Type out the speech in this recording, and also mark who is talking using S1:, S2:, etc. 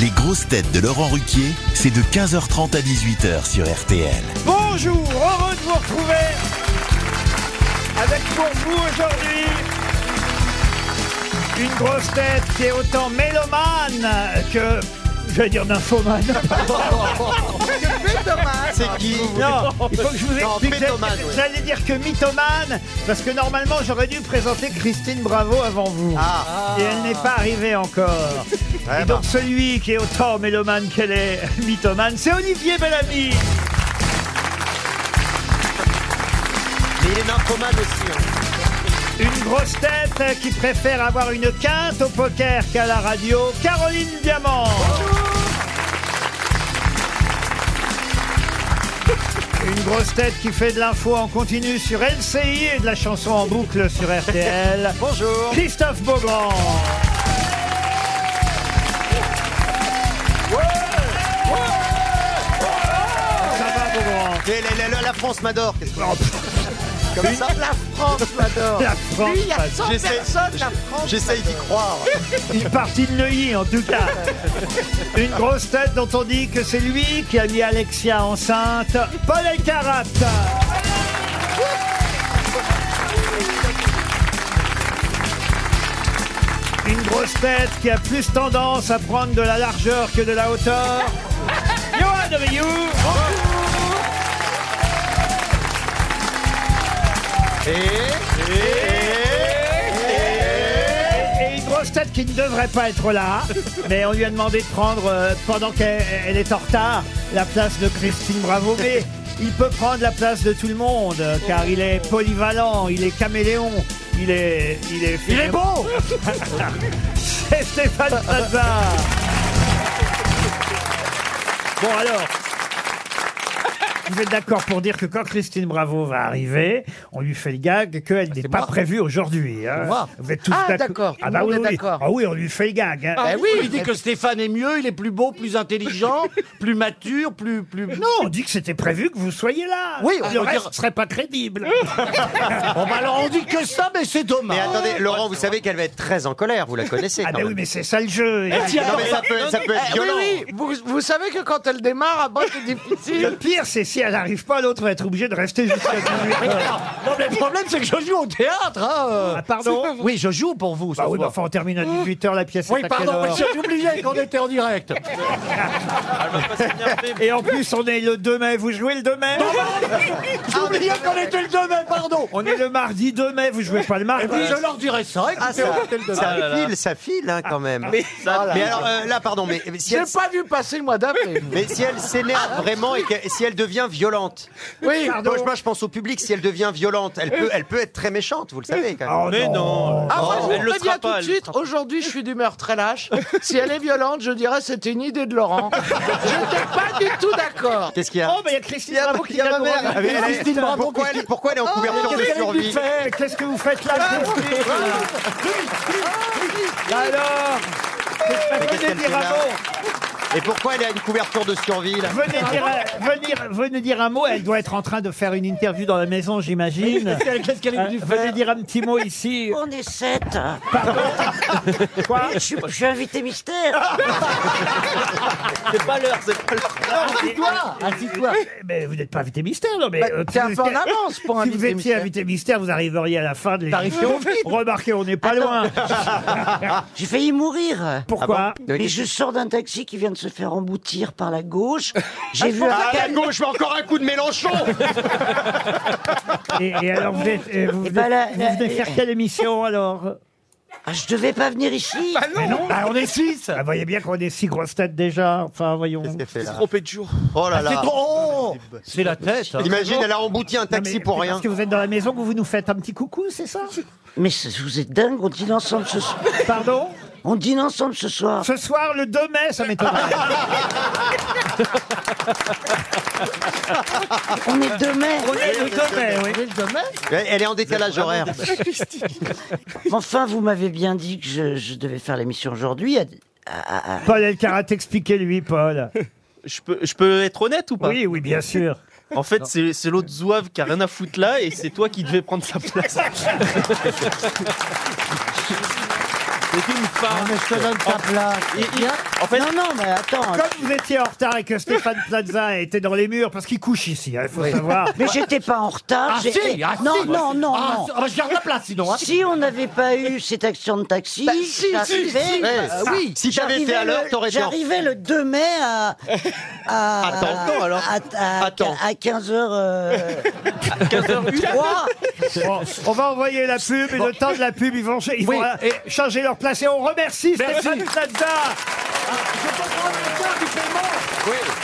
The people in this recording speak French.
S1: Les grosses têtes de Laurent Ruquier, c'est de 15h30 à 18h sur RTL.
S2: Bonjour, heureux de vous retrouver avec pour vous aujourd'hui une grosse tête qui est autant mélomane que, je vais dire nymphomane.
S3: C'est qui
S2: Non, il faut que je vous
S3: Non,
S2: explique. J'allais-
S3: mythomane, ouais.
S2: J'allais dire que mythomane, parce que normalement j'aurais dû présenter Christine Bravo avant vous.
S3: Ah. Eh ben.
S2: Et elle n'est pas arrivée encore. Et donc celui qui est autant mélomane qu'elle est mythomane, c'est Olivier Bellamy.
S3: Mais il est narcomane aussi. hein.
S2: Une grosse tête qui préfère avoir une quinte au poker qu'à la radio, Caroline Diamant. Une grosse tête qui fait de l'info en continu sur LCI et de la chanson en boucle sur RTL.
S3: Bonjour.
S2: Christophe Beaugrand. Ça va, Beaugrand
S3: Et la, la- la- la France m'adore. qu'est-ce que- Comme ça. La France m'adore.
S2: La France passe.
S3: J'essaie la France. Ah, J'essaye d'y croire.
S2: Une partie de Neuilly, en tout cas. Une grosse tête dont on dit que c'est lui qui a mis Alexia enceinte. Paul Elkarat. Une grosse tête qui a plus tendance à prendre de la largeur que de la hauteur. Johan Rioux.
S3: Et. Et.
S2: Et une grosse tête qui ne devrait pas être là, mais on lui a demandé de prendre, euh, pendant qu'elle elle est en retard, la place de Christine Bravo. Mais il peut prendre la place de tout le monde, euh, car il est polyvalent, il est caméléon, il est... Il est, il est beau C'est Stéphane Plaza Bon alors vous êtes d'accord pour dire que quand Christine Bravo va arriver, on lui fait le gag qu'elle n'est pas
S3: moi.
S2: prévue aujourd'hui. hein.
S3: moi.
S2: Vous êtes tous
S4: Ah, d'accord, tout
S2: Ah
S4: le
S2: bah
S4: monde
S2: oui,
S4: est
S2: oui.
S4: d'accord.
S2: Ah oui, on lui fait le gag. hein.
S4: Ah,
S3: Eh oui.
S4: il dit que Stéphane est mieux, il est plus beau, plus intelligent, plus mature, plus plus.
S2: Non, on dit que c'était prévu que vous soyez là.
S3: Oui, on
S2: le
S3: peut
S2: reste
S3: dire-
S2: serait pas crédible.
S4: Ah. Bon, bah alors on dit que ça, mais c'est dommage.
S3: Mais attendez, Laurent, vous savez qu'elle va être très en colère, vous la connaissez
S2: ah
S3: quand
S2: ben oui,
S3: même.
S2: mais c'est ça le jeu. Et-
S4: Eh, tiens,
S3: Non, mais ça peut, ça peut être
S5: Eh oui,
S3: violent.
S5: oui, Vous, vous savez que quand elle démarre, à bas, c'est
S2: le
S5: difficile.
S2: pire, c'est si elle n'arrive pas, l'autre va être obligé de rester jusqu'à 18 heures.
S4: Non, mais le problème c'est que je joue au théâtre. Hein, euh.
S2: Ah, pardon
S4: Oui, je joue pour vous. ce
S2: Bah oui, bah,
S4: soir.
S2: enfin, on termine à 18 heures la pièce.
S4: Mmh. oui,
S2: est à quelle
S4: pardon,
S2: heure
S4: mais j'ai oublié qu'on était en direct.
S3: Ah,
S2: Et en plus, on est le 2 mai. Vous jouez le 2 mai
S4: J'ai oublié qu'on était le demain, pardon.
S2: On est le mardi 2 mai. Vous jouez pas le
S3: Eh
S2: mardi
S4: Et
S3: ben,
S4: puis je leur dirai ça.
S3: Ah,
S4: Écoutez,
S3: ça,
S4: on était le
S3: ça
S4: demain.
S3: file, ça file hein, quand même. Mais, alors euh, là, pardon, mais mais si
S5: J'ai
S3: elle,
S5: pas vu passer le mois d'avril.
S3: mais si elle s'énerve vraiment et que- si elle devient violente,
S5: Oui.
S3: Moi, je- moi, je pense au public, si elle devient violente, elle peut, elle peut être très méchante, vous le savez quand même.
S2: Oh, non.
S5: Ah, moi, je vous
S6: elle le
S5: préviens
S6: sera
S5: tout
S6: pas,
S5: de
S6: elle le
S5: suite, aujourd'hui, je suis d'humeur très lâche. Si elle est violente, je dirais c'était une idée de Laurent. J'étais pas du tout d'accord.
S3: Qu'est-ce qu'il y a
S2: Oh, bah il y a Christine
S3: Il y a-
S2: Bravo
S3: il
S2: qui
S3: y a
S2: vient Ah, nous
S3: ma mère. Ah,
S2: remercier.
S3: Elle est- pourquoi, elle, pourquoi elle est Ah, en couverture de survie
S2: Eh, Qu'est-ce que vous faites là, Christine Alors
S3: qu'est-ce
S2: Venez
S3: qu'elle fait
S2: dire
S3: là
S2: un mot
S3: Et pourquoi elle a une couverture de survie là
S2: Venez dire, un- venir- venez dire un mot, elle doit être en train de faire une interview dans la maison, j'imagine.
S4: Qu'est-ce qu'elle est
S2: Euh,
S4: venue
S2: Venez
S4: faire
S2: dire un petit mot ici.
S7: On est sept.
S2: Quoi
S7: Je suis, je suis invité mystère.
S3: C'est pas l'heure, c'est pas l'heure.
S5: Assis-toi.
S2: Eh, Mais vous n'êtes pas invité mystère, non mais.
S5: Bah,
S2: euh,
S5: T'es
S2: si
S5: un
S2: vous
S5: peu en
S2: étiez-
S5: avance pour un
S2: Si vous
S5: invité
S2: étiez
S5: mystère.
S2: invité mystère, vous arriveriez à la fin de l'émission.
S5: T'arriverais au vide.
S2: Remarquez, on n'est pas loin.
S5: Ah
S7: J'ai failli mourir.
S2: Pourquoi
S7: Mais je sors d'un taxi qui vient de se faire emboutir par la gauche. J'ai vu un
S3: Ah, la
S7: camion.
S3: gauche, mais encore un coup de Mélenchon
S2: et, et alors, vous, êtes- et vous,
S7: Eh ben,
S2: venez-
S7: la-
S2: vous
S7: la-
S2: venez faire quelle émission alors
S7: Ah, je devais pas venir ici.
S4: Ah,
S2: Mais non, on est six.
S4: bah,
S2: Vous Ah, voyez bien qu'on est six grosses têtes déjà. Enfin, voyons.
S3: Qu'est-ce qu'elle fait là
S6: Trompé de jour.
S3: Oh là
S4: Ah, C'est
S3: là
S4: trop. C'est la tête. hein.
S3: Imagine, elle a embouti un
S2: Non, mais
S3: taxi pour
S2: c'est
S3: rien.
S2: Parce que vous êtes dans la maison que vous nous faites un petit coucou, c'est ça
S7: Mais c'est- vous êtes dingue, on dîne ensemble ce soir.
S2: Pardon
S7: On dîne ensemble ce soir.
S2: Ce soir, le 2 mai, ça m'étonne.
S7: On est deux mai.
S2: le 2 mai, oui.
S3: Elle elle est en décalage horaire.
S7: Mais Enfin, vous m'avez bien dit que je, je devais faire l'émission aujourd'hui. À- à- à-
S2: Paul Elkarat, expliquez-lui, Paul.
S6: Je peux, je peux être honnête ou pas
S2: Oui, oui, bien sûr.
S6: En fait, c'est c'est l'autre zouave qui a rien à foutre là et c'est toi qui devais prendre sa place. C'est une femme.
S4: Ah, Mais je te donne ta place.
S6: Il- il- En fait,
S7: Oh. Non, non, mais attends.
S2: Comme vous étiez en retard et que Stéphane Plaza était dans les murs, parce qu'il couche ici, hein, il faut savoir.
S7: Mais j'étais pas en retard.
S4: Ah
S7: j'ai-
S4: si, ah
S7: non,
S4: si.
S7: non, non,
S4: Ah,
S7: non.
S4: ah, bah, je garde la place sinon. hein.
S7: Si on n'avait pas eu cet accident de taxi,
S5: Bah, si,
S7: j'arrivais-
S5: si, si.
S3: Ouais,
S7: euh,
S3: si-
S7: oui,
S3: si t'avais été à l'heure,
S7: j'arrivais
S3: t'aurais
S7: le-
S3: été en-
S7: J'arrivais le 2 mai à à
S3: Attends, alors.
S7: à, à,
S3: Attends.
S7: à 15h euh, 15h03.
S2: Bon, on va envoyer la pub et le temps de la pub, ils vont, ch- ils
S4: Oui,
S2: vont, euh,
S4: et-
S2: changer leur place. Et on remercie
S4: Merci.
S2: Stéphane Plaza. Ah,
S4: Je peux prendre le temps du paiement.
S3: Oui.